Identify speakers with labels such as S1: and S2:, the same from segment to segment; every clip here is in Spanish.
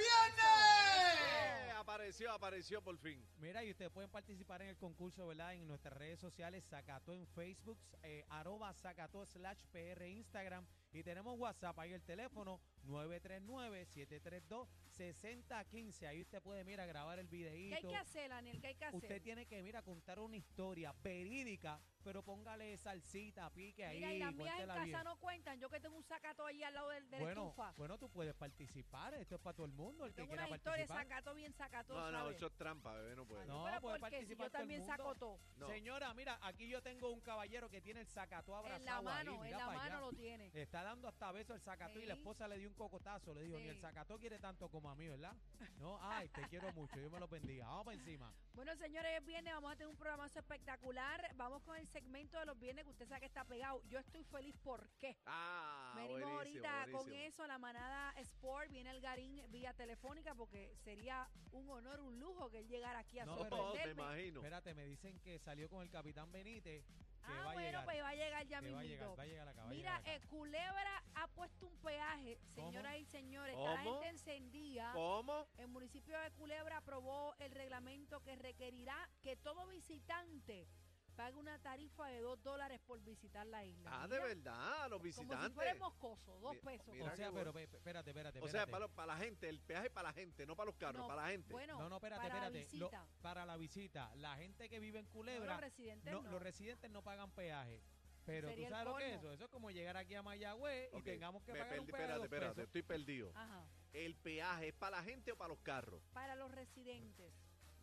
S1: Eh, Apareció, apareció por fin.
S2: Mira, y ustedes pueden participar en el concurso, ¿verdad? En nuestras redes sociales, Zacató en Facebook, eh, arroba Zacató slash PR Instagram. Y tenemos WhatsApp, ahí el teléfono 939-732-6015. Ahí usted puede, mira, grabar el
S3: ¿Qué
S2: videíto.
S3: hay que hacer, Daniel? ¿Qué hay que hacer?
S2: Usted tiene que, mira, contar una historia verídica, pero póngale salsita, pique ahí,
S3: Mira, y las mías en
S2: cuéntela
S3: casa
S2: bien.
S3: no cuentan. Yo que tengo un sacato ahí al lado del, de la
S2: bueno,
S3: estufa.
S2: bueno, tú puedes participar, esto es para todo el mundo, el que
S3: tengo
S2: quiera
S3: una historia de
S2: participar.
S3: sacato bien sacato.
S1: No, no,
S3: ¿sabes?
S1: eso es trampa, bebé, no puede.
S2: No,
S3: Pero
S2: puede
S3: porque si
S2: participar
S3: yo
S2: todo el
S3: también
S2: mundo.
S3: saco todo.
S1: No.
S2: Señora, mira, aquí yo tengo un caballero que tiene el sacató abrazado
S3: En la
S2: ahí,
S3: mano, en
S2: mira
S3: la
S2: para
S3: mano
S2: allá.
S3: lo tiene.
S2: Le Está dando hasta beso al sacató y la
S3: Sí.
S2: esposa le dio un cocotazo. Le dijo, ni el
S3: Sí.
S2: sacató quiere tanto como a mí, ¿verdad? No, ay, te quiero mucho, Dios me lo bendiga. Vamos para encima.
S3: Bueno, señores, es viernes, vamos a tener un programazo espectacular. Vamos con el segmento de los viernes que usted sabe que está pegado. Yo estoy feliz porque
S1: Ah,
S3: venimos
S1: buenísimo,
S3: ahorita con
S1: buenísimo.
S3: eso. La manada Sport viene al Garín vía telefónica porque sería un honor, un lujo que él llegara aquí a
S2: No,
S1: Oh, me
S3: sorprenderme.
S1: imagino.
S2: Espérate, me dicen que salió con el capitán Benítez. Que
S3: ah,
S2: va a
S3: bueno,
S2: llegar.
S3: pues va a llegar ya
S2: que va a llegar,
S3: mismito.
S2: va a llegar acá, va a
S3: Mira,
S2: llegar acá.
S3: eh, Culebra ha puesto un peaje, señoras y señores. Está la
S1: ¿Cómo?
S3: gente encendida.
S1: ¿Cómo?
S3: El municipio de Culebra aprobó el reglamento que requerirá que todo visitante pague una tarifa de 2 dólares por visitar la isla.
S1: Ah, de
S3: Mira,
S1: verdad, los
S3: Como si fuera el
S1: visitantes.
S3: moscoso, 2
S1: Mi-
S3: pesos.
S1: mira
S2: o
S1: que
S2: sea,
S1: bueno.
S2: pero pe- pe- espérate, espérate, espérate.
S1: O sea, para, lo- para la gente, el peaje para la gente, no para los carros,
S3: No,
S1: para la gente.
S3: Bueno,
S2: no, no, espérate,
S3: para la
S2: espérate. Lo-
S3: visita.
S2: para la visita, la gente que vive en
S3: No,
S2: Culebra,
S3: los residentes
S2: no,
S3: no.
S2: los residentes no pagan peaje. Pero tú
S3: Sería el
S2: sabes lo que es
S3: colmo.
S2: eso. Eso es como llegar aquí a Mayagüez
S1: Ok,
S2: y tengamos que
S1: me
S2: pagar un
S1: perdí,
S2: peaje de
S1: espérate,
S2: dos
S1: espérate,
S2: pesos.
S1: estoy perdido.
S3: Ajá.
S1: ¿El peaje es para la gente o para los carros?
S3: Para los residentes.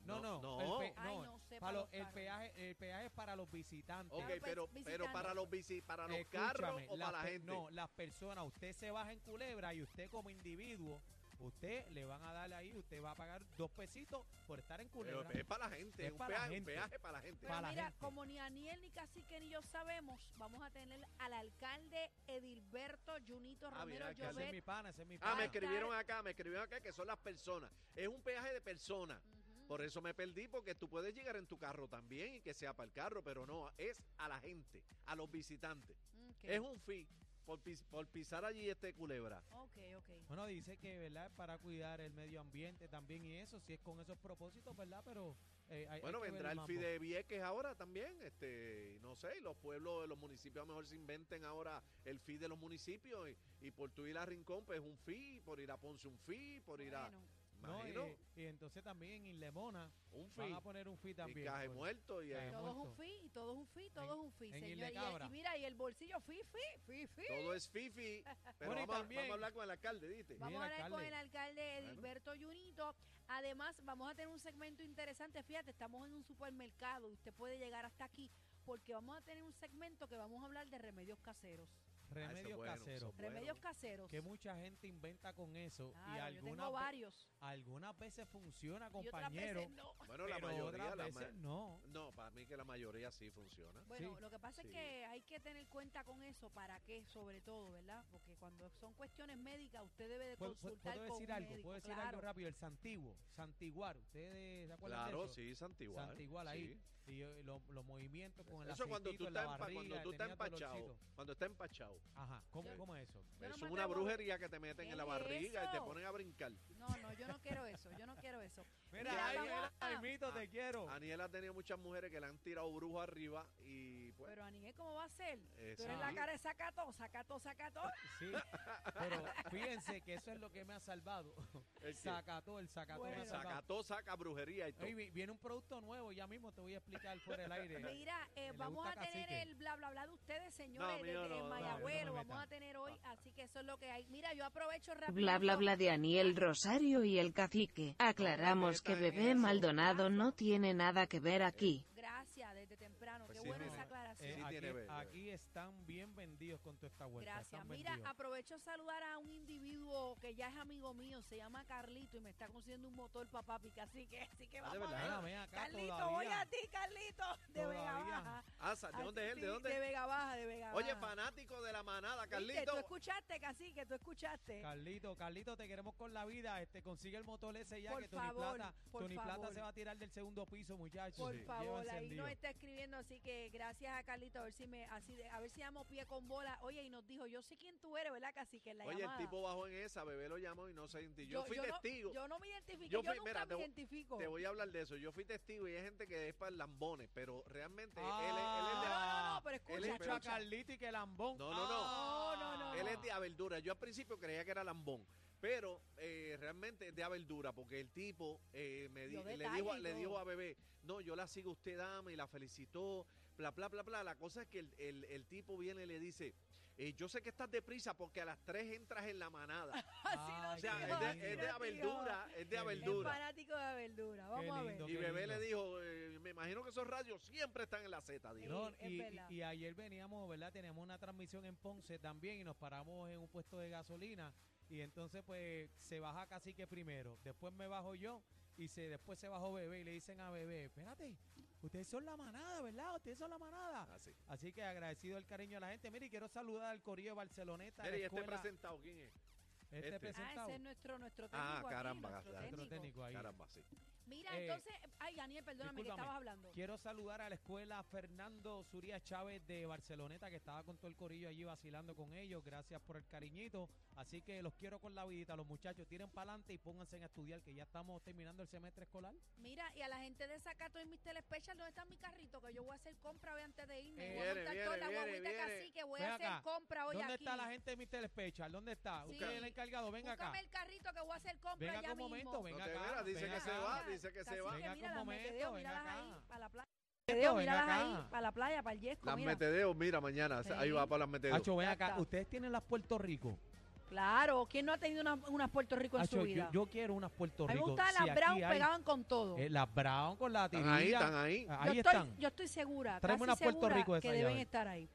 S2: No, no,
S1: No.
S2: el pe-
S3: Ay,
S2: no,
S3: no sé.
S2: para los- el,
S3: carros.
S2: peaje, el peaje es para los visitantes.
S1: Ok,
S3: Claro, pues,
S1: pero, pero
S3: visitando.
S1: para los bici, para los
S2: Escúchame,
S1: carros o
S2: las
S1: para la
S2: pe-
S1: gente.
S2: No, las personas, usted se baja en culebra y usted como individuo, usted le van a dar ahí, usted va a pagar dos pesitos por estar en
S1: Pero eh,
S2: culebra.
S1: es para la gente,
S2: Es
S1: un
S2: para la
S1: peaje, un
S2: gente.
S1: peaje para la gente.
S3: Pero
S2: para la
S3: mira,
S2: gente.
S3: como ni Aniel, ni Cacique, ni yo sabemos, vamos a tener al alcalde Edilberto Junito
S1: Ah, bien,
S3: Romero
S1: alcalde.
S2: ese es
S3: Llobet.
S2: mi pana, ese es mi
S1: Ah,
S2: pana.
S1: me
S3: Para
S1: escribieron acá, me escribieron acá que son las personas. Es un peaje de personas.
S3: Ujú.
S1: Por eso me perdí, porque tú puedes llegar en tu carro también y que sea para el carro, pero no, es a la gente, a los visitantes.
S3: Ok,
S1: Es un fee por, pis- por pisar allí este culebra.
S3: ok, ok.
S2: Bueno, dice que, ¿verdad? Para cuidar el medio ambiente también y eso, si es con esos propósitos, ¿verdad? Pero... eh, hay- hay
S1: Bueno,
S2: que ver
S1: vendrá el
S2: mambo.
S1: fee de Vieques ahora también, este, y no sé, y los pueblos, los municipios a lo mejor se inventen ahora el fee de los municipios y, y por tu ir a Rincón pues un fee, por ir a Ponce un fee, por ir a...
S3: Bueno,
S2: No,
S1: imagino,
S2: y, y entonces también en Inlemona
S1: un
S2: van
S1: fee,
S2: a poner un fee
S1: y
S2: también.
S1: caje
S2: por-
S1: muerto y...
S2: Caje
S1: eh,
S3: todo es un
S2: muerto.
S3: fi, y todo es un fi, todo
S2: En-
S3: es un fi,
S2: en
S3: señor.
S2: Isla
S3: Y- Y,
S2: Cabra.
S3: mira, y el bolsillo fi, fi, fi, fi.
S1: Todo es fifi, pero
S2: Bueno, y
S1: vamos, a-
S2: también-
S1: vamos a hablar con el alcalde, ¿viste?
S2: Va-
S3: Vamos
S2: Mira,
S3: a hablar con
S2: alcalde.
S3: el alcalde
S1: Bueno.
S3: Edilberto Junito. Además, vamos a tener un segmento interesante. Fíjate, estamos en un supermercado y usted puede llegar hasta aquí porque vamos a tener un segmento que vamos a hablar de remedios caseros.
S1: Ah, eso es
S2: Remedio
S1: bueno, eso
S2: casero.
S1: es bueno.
S3: Remedios caseros.
S2: Que mucha gente inventa con eso
S3: Claro,
S2: y
S3: yo
S2: algunas,
S3: tengo
S2: ve-
S3: varios.
S2: algunas veces funciona,
S3: Y otras veces
S2: compañero.
S3: no.
S1: Bueno, la
S2: pero
S1: mayoría,
S2: otras
S1: la
S2: veces
S1: ma-
S2: no.
S1: no, para mí que la mayoría sí funciona.
S3: Bueno,
S2: Sí.
S3: lo que pasa
S1: Sí.
S3: es que hay que tener cuenta con eso, para qué, sobre todo, ¿verdad? Porque cuando son cuestiones médicas, usted debe de
S2: ¿Puedo, puedo-
S3: consultar
S2: puedo
S3: con
S2: decir
S3: un
S2: algo?
S3: médico,
S2: ¿Puedo decir
S3: claro.
S2: algo rápido? El Santiguo, Santiguar, ¿ustedes se acuerdan de
S1: Claro,
S2: eso?
S1: sí, Santigual.
S2: Santigual
S1: sí.
S2: ahí. Y eh, lo- los movimientos con el
S1: Eso cuando tú
S2: aceitito en la
S1: estás, empa-
S2: barriga,
S1: cuando tú
S2: que
S1: estás
S2: tenía
S1: empachado,
S2: dolorcito.
S1: cuando estás empachado.
S2: Ajá, ¿cómo,
S3: Yo-
S2: cómo es eso?
S3: Yo no
S1: es
S3: me
S1: una
S3: atrevo-
S1: brujería que te meten en la
S3: ¿Qué
S1: barriga y te
S3: eso?
S1: ponen a brincar.
S3: No, no, yo no quiero eso, yo no quiero eso.
S2: Mira,
S3: Mira,
S2: ahí,
S3: vamos
S2: mira,
S3: a-
S2: Jaimito, te
S3: Oh.
S2: quiero.
S1: Aniel ha tenido muchas mujeres que le han tirado brujo arriba y pues...
S3: Pero Aniel, ¿cómo va a ser?
S1: eh,
S3: Tú eres
S2: sí.
S3: la cara de Sacató, Sacató, Sacató.
S2: Sí, pero fíjense que eso es lo que me ha salvado.
S1: el que-
S2: Sacató, el sacató me ha
S3: Bueno.
S2: salvado.
S1: Sacató, saca brujería y todo.
S2: Oye, vi- viene un producto nuevo, ya mismo te voy a explicar fuera del aire.
S3: Mira, eh,
S2: le
S3: vamos a
S2: gusta
S3: tener
S2: cacique.
S3: el bla bla bla de ustedes, señores,
S1: No,
S3: de,
S1: mío
S3: de
S1: no, no, Ah.
S3: Mayagüez,
S2: no, no
S3: lo
S2: me
S3: vamos
S2: metan.
S3: a tener hoy, así que eso es lo que hay. Mira, yo aprovecho rápido.
S4: Bla bla bla de Aniel Rosario y el cacique. Aclaramos que Bebé Maldonado no tiene nada que ver aquí.
S3: Gracias, desde temprano.
S1: Pues
S3: Qué
S1: sí,
S3: buena
S2: no,
S3: esa
S2: eh,
S3: aclaración.
S2: Eh,
S1: Sí
S2: aquí,
S1: tiene ver,
S2: aquí están bien vendidos con toda esta vuelta.
S3: Gracias.
S2: están
S3: Mira,
S2: vendidos.
S3: aprovecho a saludar a un individuo que ya es amigo mío, se llama Carlito y me está consiguiendo un motor para papi, que así que, así que
S1: Ah,
S3: vamos
S1: de
S3: a
S1: verdad.
S3: ver.
S2: Mira, ven acá
S3: Carlito,
S2: todavía.
S3: voy a ti, Carlito, de Vega
S2: Todavía.
S3: Baja.
S1: Ah, sa- ¿de dónde es él?
S3: Sí,
S1: ¿De dónde?
S3: De Vega Baja, de Vega
S1: Oye,
S3: Baja.
S1: fanático de la manada,
S3: Viste, Tú
S1: Carlito.
S3: escuchaste, Cacique, tú escuchaste.
S2: Carlito, Carlito, te queremos con la vida. Este, consigue el motor ese ya
S3: Por
S2: que Tony
S3: favor,
S2: Plata,
S3: por
S2: Tony
S3: favor.
S2: Plata se va a tirar del segundo piso, muchachos.
S3: Por
S2: Sí.
S3: favor,
S2: Llévense
S3: ahí
S2: el
S3: nos
S2: lío.
S3: está escribiendo, así que gracias a Carlito, a ver si me, así de- a ver si damos pie con bola. Oye, y nos dijo, yo sé quién tú eres, ¿verdad? Casi que en la
S1: Oye, el
S3: llamada.
S1: tipo bajó en esa, bebé lo llamó y no se identificó. Yo, fui
S3: no-
S1: testigo.
S3: yo No, me identifico, yo,
S1: Yo fui-
S3: nunca
S1: mira,
S3: me
S1: te voy-
S3: identifico.
S1: Te voy a hablar de eso. Yo fui testigo y hay gente que es para el lambones, pero realmente
S2: Ah.
S3: No, no, no, pero escucha,
S1: Él es-
S2: Escucha a
S3: escucha.
S2: Carlito y que lambón.
S1: No, no, no.
S2: Ah.
S3: No, no,
S1: él es de, él es de Averdura. Yo al principio creía que era lambón, pero eh, realmente es de Averdura porque el tipo eh, me di-
S3: Dio
S1: le,
S3: detalles
S1: dijo, a-
S3: y
S1: le
S3: todo.
S1: dijo a Bebé, no, yo la sigo a usted, dama, y la felicitó, bla, bla, bla, bla. La cosa es que el, el- el tipo viene y le dice, eh, yo sé que estás deprisa porque a las tres entras en la
S3: Así no
S1: manada.
S2: Ay,
S1: O
S2: qué
S1: sea,
S3: digo,
S1: es de,
S3: así
S2: lindo.
S1: este, es de
S3: no
S1: Averdura, es de
S3: digo.
S2: Qué lindo.
S3: Es
S1: Averdura.
S3: fanático de verdura, vamos a ver.
S2: lindo.
S1: Y
S2: Qué
S1: Bebé le dijo, eh, me imagino que esos radios siempre están en la Z, dijo.
S2: No,
S3: Sí, es
S2: y, y-
S3: verdad.
S2: y ayer veníamos, ¿verdad? Teníamos una transmisión en Ponce también y nos paramos en un puesto de gasolina y entonces pues se baja casi que primero, después me bajo yo y se después se bajó Bebé y le dicen a Bebé, espérate, ustedes son la manada, ¿verdad? Ustedes son la manada.
S1: Así.
S2: Así que agradecido el cariño a la gente. Mire, y quiero saludar al Corillo de Barceloneta.
S1: Mira,
S2: la
S1: y este
S2: escuela-
S1: presentado, ¿quién es?
S2: este
S1: este.
S3: Ah,
S2: presentado.
S3: ese es nuestro, nuestro técnico.
S1: Ah,
S3: aquí,
S1: caramba,
S3: nuestro
S1: caramba.
S2: Nuestro técnico ahí.
S1: Caramba, sí.
S3: Mira,
S2: Eh,
S3: entonces, ay, Daniel, perdóname que
S2: discúlpame.
S3: estabas hablando.
S2: Quiero saludar a la escuela Fernando Zuría Chávez de Barceloneta, que estaba con todo el corillo allí vacilando con ellos. Gracias por el cariñito. Así que los quiero con la vidita. Los muchachos tiren para adelante y pónganse en estudiar, que ya estamos terminando el semestre escolar.
S3: Mira, y a la gente de Zacato y Mr. Special, ¿dónde está mi carrito? Que yo voy a hacer compra hoy antes de irme.
S2: Eh,
S3: voy a
S1: viene,
S3: montar toda la
S1: viene,
S3: guaguita
S1: viene, viene.
S3: cacique, voy
S2: Ven
S3: a hacer
S2: acá,
S3: compra hoy
S2: ¿Dónde
S3: aquí.
S2: está la gente de Mr. Special? ¿Dónde está?
S3: Sí.
S2: Usted es el encargado, venga
S3: Búscame
S2: acá.
S3: el carrito que voy a hacer compra
S2: Venga
S3: ya
S2: acá un
S3: mismo.
S2: momento, venga
S1: No te
S2: acá.
S1: veras, dice
S2: venga
S1: que se
S2: acá.
S1: va, dice que se
S3: Cacique,
S1: va.
S2: Venga acá
S3: mira,
S2: un
S3: las
S2: momento,
S3: Montevideo,
S2: venga
S3: míralas
S2: acá.
S3: ahí, para la playa. Metedeo,
S2: ven
S3: míralas
S2: acá.
S3: ahí, para la playa, para el yesco,
S1: Las
S3: mira.
S1: metedeos, mira, mañana.
S3: Sí.
S1: Ahí va para las metedeos.
S2: Acho, ven
S3: Ya
S2: acá.
S3: está.
S2: Ustedes tienen las Puerto Rico.
S3: Claro, ¿quién no ha tenido unas unas Puerto Rico en
S2: Acho,
S3: su
S2: yo,
S3: vida?
S2: yo quiero unas Puerto
S3: a mí me
S2: Rico.
S3: gustaban
S2: Si
S3: las
S2: aquí
S3: Brown,
S2: hay-
S3: pegaban con todo.
S2: eh, las Brown con la
S1: Están ahí,
S2: tirilla.
S1: están ahí.
S2: Ah,
S3: yo,
S2: Ahí
S3: estoy,
S2: están.
S3: yo estoy segura,
S2: Tráeme
S3: casi
S2: una Puerto
S3: segura
S2: Rico de
S3: que
S2: esas,
S3: deben
S2: llave.
S3: estar ahí.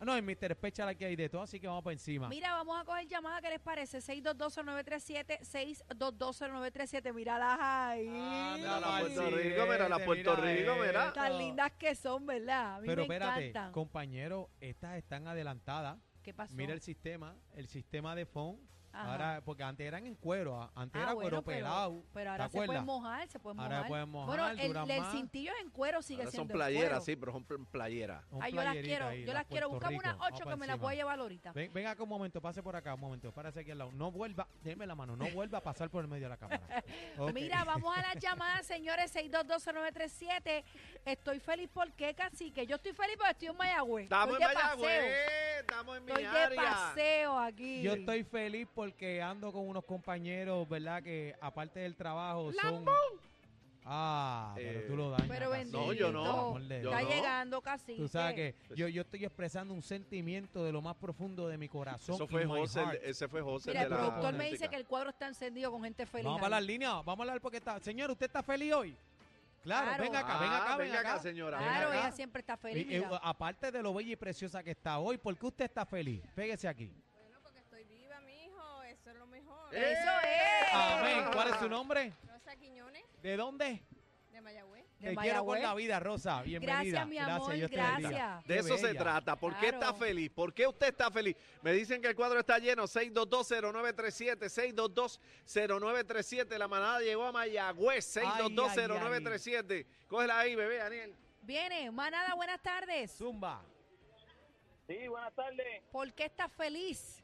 S2: Ah, No, en Mr. Special aquí hay de todo, así que vamos para encima.
S3: Mira, vamos a coger llamada, ¿qué les parece? 6220937, 6220937, míralas ahí.
S1: Ah, mira la Puerto
S2: Marciete,
S1: Rico, mira la Puerto Rico, mira.
S2: esto.
S3: Tan lindas que son, ¿verdad? A mí
S2: Pero
S3: me
S2: espérate,
S3: encantan.
S2: compañero, estas están adelantadas.
S3: ¿Qué pasó?
S2: Mira el sistema, el sistema de phone.
S3: Ajá.
S2: Ahora, porque antes eran en cuero, ah, antes
S3: Ah,
S2: era
S3: bueno,
S2: cuero
S3: pero-
S2: pelado.
S3: Pero ahora
S2: ¿Te
S3: se pueden
S2: acuerdas?
S3: mojar, se pueden
S2: Ahora
S3: mojar.
S2: pueden mojar,
S3: bueno, el-
S2: duran
S3: el,
S2: más.
S3: cintillo es en cuero, sigue
S1: Ahora son
S3: siendo
S1: playeras,
S3: en
S1: sí, pero son pl- playeras.
S2: Un
S3: cuero. Ay, yo las
S2: playerita
S3: quiero,
S2: ahí,
S3: yo las quiero.
S2: Puerto
S3: Buscame unas
S2: Rico.
S3: ocho
S2: Vamos
S3: que me las
S2: encima.
S3: voy a llevar ahorita.
S2: Ven, ven acá un momento, pase por acá un momento, párese aquí al lado. No vuelva, déjeme la mano, no vuelva a pasar por el medio de la cámara. Ok.
S3: Mira, vamos a las llamadas, señores, 6220937. Estoy feliz porque casi que yo estoy feliz porque estoy en Mayagüez.
S1: Estamos en
S3: estoy de paseo.
S1: Mayagüez, estamos en mi
S3: Estoy de
S1: área.
S3: paseo aquí.
S2: Yo estoy feliz porque ando con unos compañeros, ¿verdad? Que aparte del trabajo son. Ah, pero
S1: Eh,
S2: tú lo dañas.
S3: Pero
S2: Cacique,
S1: No, yo no.
S2: por amor de
S1: Yo
S3: Está
S1: no.
S2: Dios.
S3: llegando casi.
S2: Tú sabes que yo, yo estoy expresando un sentimiento de lo más profundo de mi corazón.
S1: Eso
S2: y
S1: fue
S2: my
S1: José,
S2: heart.
S1: el- ese fue José
S3: Mira,
S1: el
S3: el
S1: de la
S3: productor me dice
S1: música.
S3: que el cuadro está encendido con gente feliz.
S2: Vamos a
S3: ahí.
S2: hablar línea, vamos a hablar porque está. Señor, usted está feliz hoy. Claro,
S3: Claro.
S2: venga acá, venga
S1: Ah,
S2: acá, venga
S1: venga
S2: acá.
S1: acá, señora.
S2: Ven
S3: Claro,
S2: acá.
S3: ella siempre está feliz.
S2: Y, eh,
S3: mira.
S2: aparte de lo bella y preciosa que está hoy, ¿por qué usted está feliz? Pégese aquí.
S5: Bueno, porque estoy viva, mijo, eso es lo mejor.
S1: ¡Eh!
S3: Eso es.
S2: Amén. ¿Cuál es su nombre?
S5: Rosa Quiñones,
S2: ¿De dónde?
S5: de Mayagüez.
S3: De
S2: Te quiero con
S3: Mayagüez.
S2: la vida, Rosa. Bienvenida.
S3: Gracias, mi amor,
S2: Dios te bendiga.
S3: gracias.
S2: Qué
S1: De eso se
S2: bella.
S1: trata. ¿Por qué
S3: Claro.
S1: está feliz? ¿Por qué usted está feliz? Me dicen que el cuadro está lleno. 6220937, 6220937. La manada llegó a Mayagüez.
S2: Ay, ay, ay.
S1: 6220937. Cógela ahí, bebé, Daniel.
S3: Viene, manada, buenas tardes.
S2: Zumba.
S6: Sí, buenas tardes.
S3: ¿Por qué estás feliz?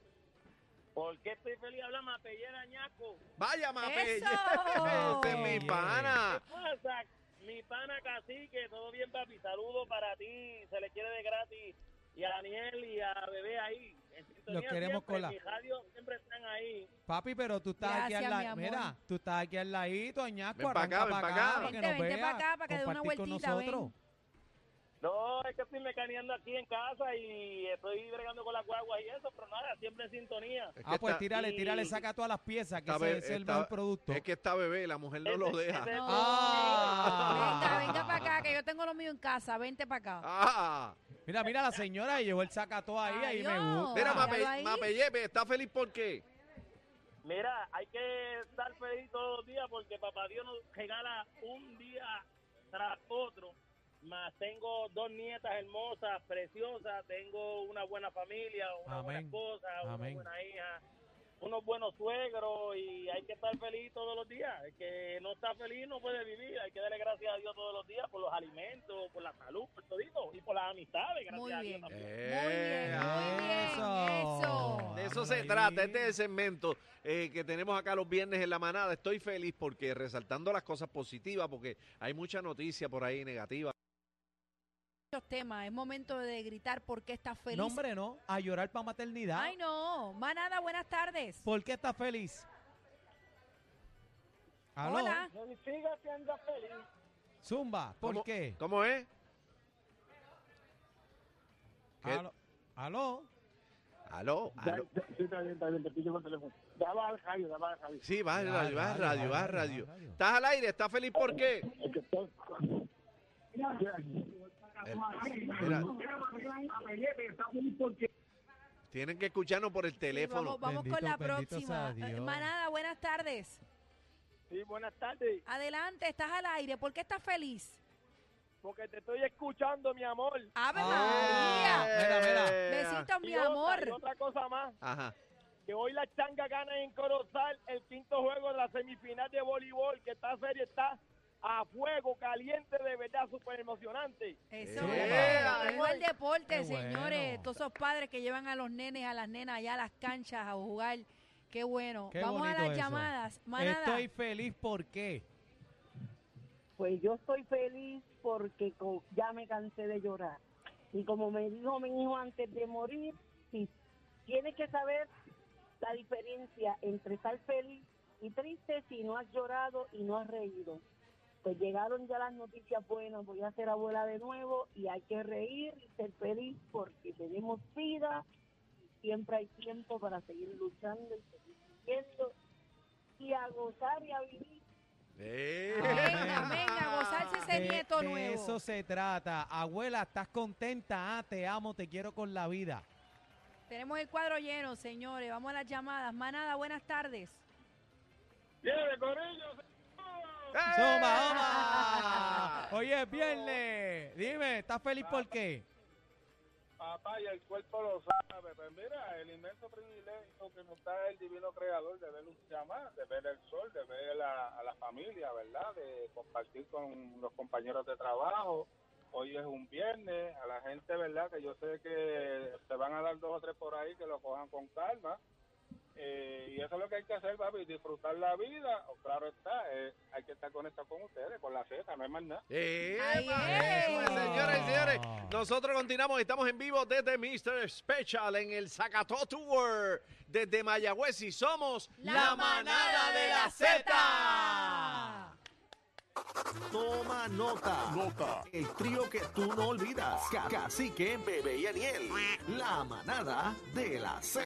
S6: ¿Por qué estoy feliz? Habla Matellera Ñaco.
S1: Vaya, Mape.
S3: ¡Eso!
S1: Ese es mi
S2: Yeah.
S1: pana.
S6: ¿Qué pasa? Mi pana Cacique, todo bien, papi. Saludos para ti. Se le quiere de gratis. Y a Daniel y a Bebé ahí. En sintonía
S2: Los queremos
S6: siempre,
S2: con la-
S6: Mi radio siempre están ahí.
S2: Papi, pero tú estás aquí
S3: Gracias,
S2: al
S3: mi
S2: lado.
S3: amor.
S2: Mira, tú estás aquí al ladito, añasco.
S1: Ven pa' acá,
S2: arranca
S1: ven
S2: pa'
S1: pa' acá.
S2: para que
S3: Vente,
S2: nos
S3: vente
S2: vea,
S3: pa' acá, para que dé una
S2: compartir con
S3: vueltita, ven.
S2: nosotros.
S6: No, es que estoy mecaneando aquí en casa y estoy bregando con las guaguas y eso, pero nada, siempre en sintonía.
S1: Es que
S2: Ah, pues
S1: está-
S2: tírale,
S6: y-
S2: tírale, saca todas las piezas, que
S1: Esta
S2: ese
S1: vez
S2: es el
S1: esta-
S2: mejor producto.
S1: Es que está bebé, la mujer no
S6: Ese-
S1: lo deja.
S6: ese-
S2: Ah.
S3: Venga, venga para acá, que yo tengo lo mío en casa. Vente para acá.
S1: Ah,
S2: Mira, mira la señora, y llevó el sacató ahí, ahí me
S3: Adiós.
S2: gusta.
S1: mira,
S3: Ah,
S1: Mape,
S3: míralo ahí.
S1: Mape Yepe, ¿está feliz por qué?
S6: Mira, hay que estar feliz todos los días porque papá Dios nos regala un día tras otro. Más tengo dos nietas hermosas, preciosas, tengo una buena familia, una buena
S2: Amén.
S6: esposa,
S2: Amén.
S6: una buena hija, unos buenos suegros y hay que estar feliz todos los días. El que no está feliz no puede vivir, hay que darle gracias a Dios todos los días por los alimentos, por la salud, por todito y por las amistades, gracias
S3: Muy
S6: a
S3: bien.
S6: Dios también.
S1: Eh,
S3: Muy bien, eso.
S1: De eso
S2: Vámonos
S1: se
S2: ahí.
S1: trata, este es el segmento eh, que tenemos acá los viernes en la manada. Estoy feliz porque resaltando las cosas positivas, porque hay mucha noticia por ahí negativa.
S3: Muchos temas. Es momento de gritar por qué estás feliz.
S2: No, hombre, no. A llorar para maternidad.
S3: Ay, no. Manada, buenas tardes.
S2: ¿Por qué estás feliz? Aló,
S3: Hola.
S6: Fíjate, anda feliz.
S2: Zumba, ¿por
S1: ¿Cómo-
S2: qué?
S1: ¿Cómo es? ¿Qué?
S2: Aló. Aló.
S1: Aló, aló.
S6: está bien, está bien, te pillo por teléfono. Daba al radio, daba al radio.
S1: Sí, va al
S2: Ah,
S1: radio, va al
S2: radio,
S1: radio, va al
S2: radio,
S1: radio.
S2: radio.
S1: Estás al aire, estás feliz por qué.
S2: Eh,
S1: Mira, tienen que escucharnos por el teléfono.
S3: Vamos, vamos con
S2: Bendito,
S3: la
S2: bendito sea
S3: próxima.
S2: Dios.
S3: Manada, buenas tardes.
S6: Sí, buenas tardes.
S3: Adelante, estás al aire. ¿Por qué estás feliz?
S6: Porque te estoy escuchando, mi amor.
S3: ¡Ave
S2: Ah.
S3: María!
S2: Mira, mira.
S1: Eh,
S3: Besitos,
S6: Y
S3: mi
S6: otra-
S3: amor.
S6: y otra cosa más,
S1: Ajá.
S6: que hoy la changa gana en Corozal el quinto juego de la semifinal de voleibol, que esta serie está a fuego caliente, de verdad, súper emocionante.
S3: Eso
S2: Sí,
S3: es.
S1: mamá.
S3: Viva el deporte,
S2: Qué bueno.
S3: señores. Todos esos padres que llevan a los nenes, a las nenas allá a las canchas a jugar. Qué bueno.
S2: Qué
S3: Vamos a
S2: bonito
S3: las
S2: eso.
S3: llamadas. Manada.
S2: Estoy feliz, ¿por qué?
S7: Pues yo estoy feliz porque co- ya me cansé de llorar. Y como me dijo mi hijo antes de morir, si tienes que saber la diferencia entre estar feliz y triste si no has llorado y no has reído. Pues llegaron ya las noticias buenas, voy a ser abuela de nuevo y hay que reír y ser feliz porque tenemos vida y siempre hay tiempo para seguir luchando y seguir viviendo y a gozar y a vivir.
S1: ¡Eh!
S3: Venga, venga, gozarse ese
S2: Ah, De-
S3: nieto
S2: de
S3: nuevo.
S2: eso se trata. Abuela, ¿estás contenta? Ah, te amo, te quiero con la vida.
S3: Tenemos el cuadro lleno, señores. Vamos a las llamadas. Manada, buenas tardes.
S6: ¡Lleve, corillo!
S1: ¡Eh! Ah.
S2: ¡Soma, Hoy es viernes. Dime, ¿estás feliz por qué?
S6: Papá, y el cuerpo lo sabe. Pues mira, el inmenso privilegio que nos da el divino creador de ver un día más, de ver el sol, de ver a, a la familia, ¿verdad? De compartir con los compañeros de trabajo. Hoy es un viernes, a la gente, ¿verdad? Que yo sé que se van a dar dos o tres por ahí que lo cojan con calma. Eh, y eso es lo que hay que hacer, papi, disfrutar la vida. O, claro está, eh, hay que estar conectado con ustedes, con la Z, no hay más nada.
S3: Ahí
S1: ¡Epa!
S3: es.
S1: Pues, señoras y señores, nosotros continuamos, estamos en vivo desde Mr. Special en el Zacató Tour desde Mayagüez y somos
S3: Zeta.
S8: Toma nota. Nota. El trío que tú no olvidas. Ca- Cacique, bebé y Aniel. La manada de la Z.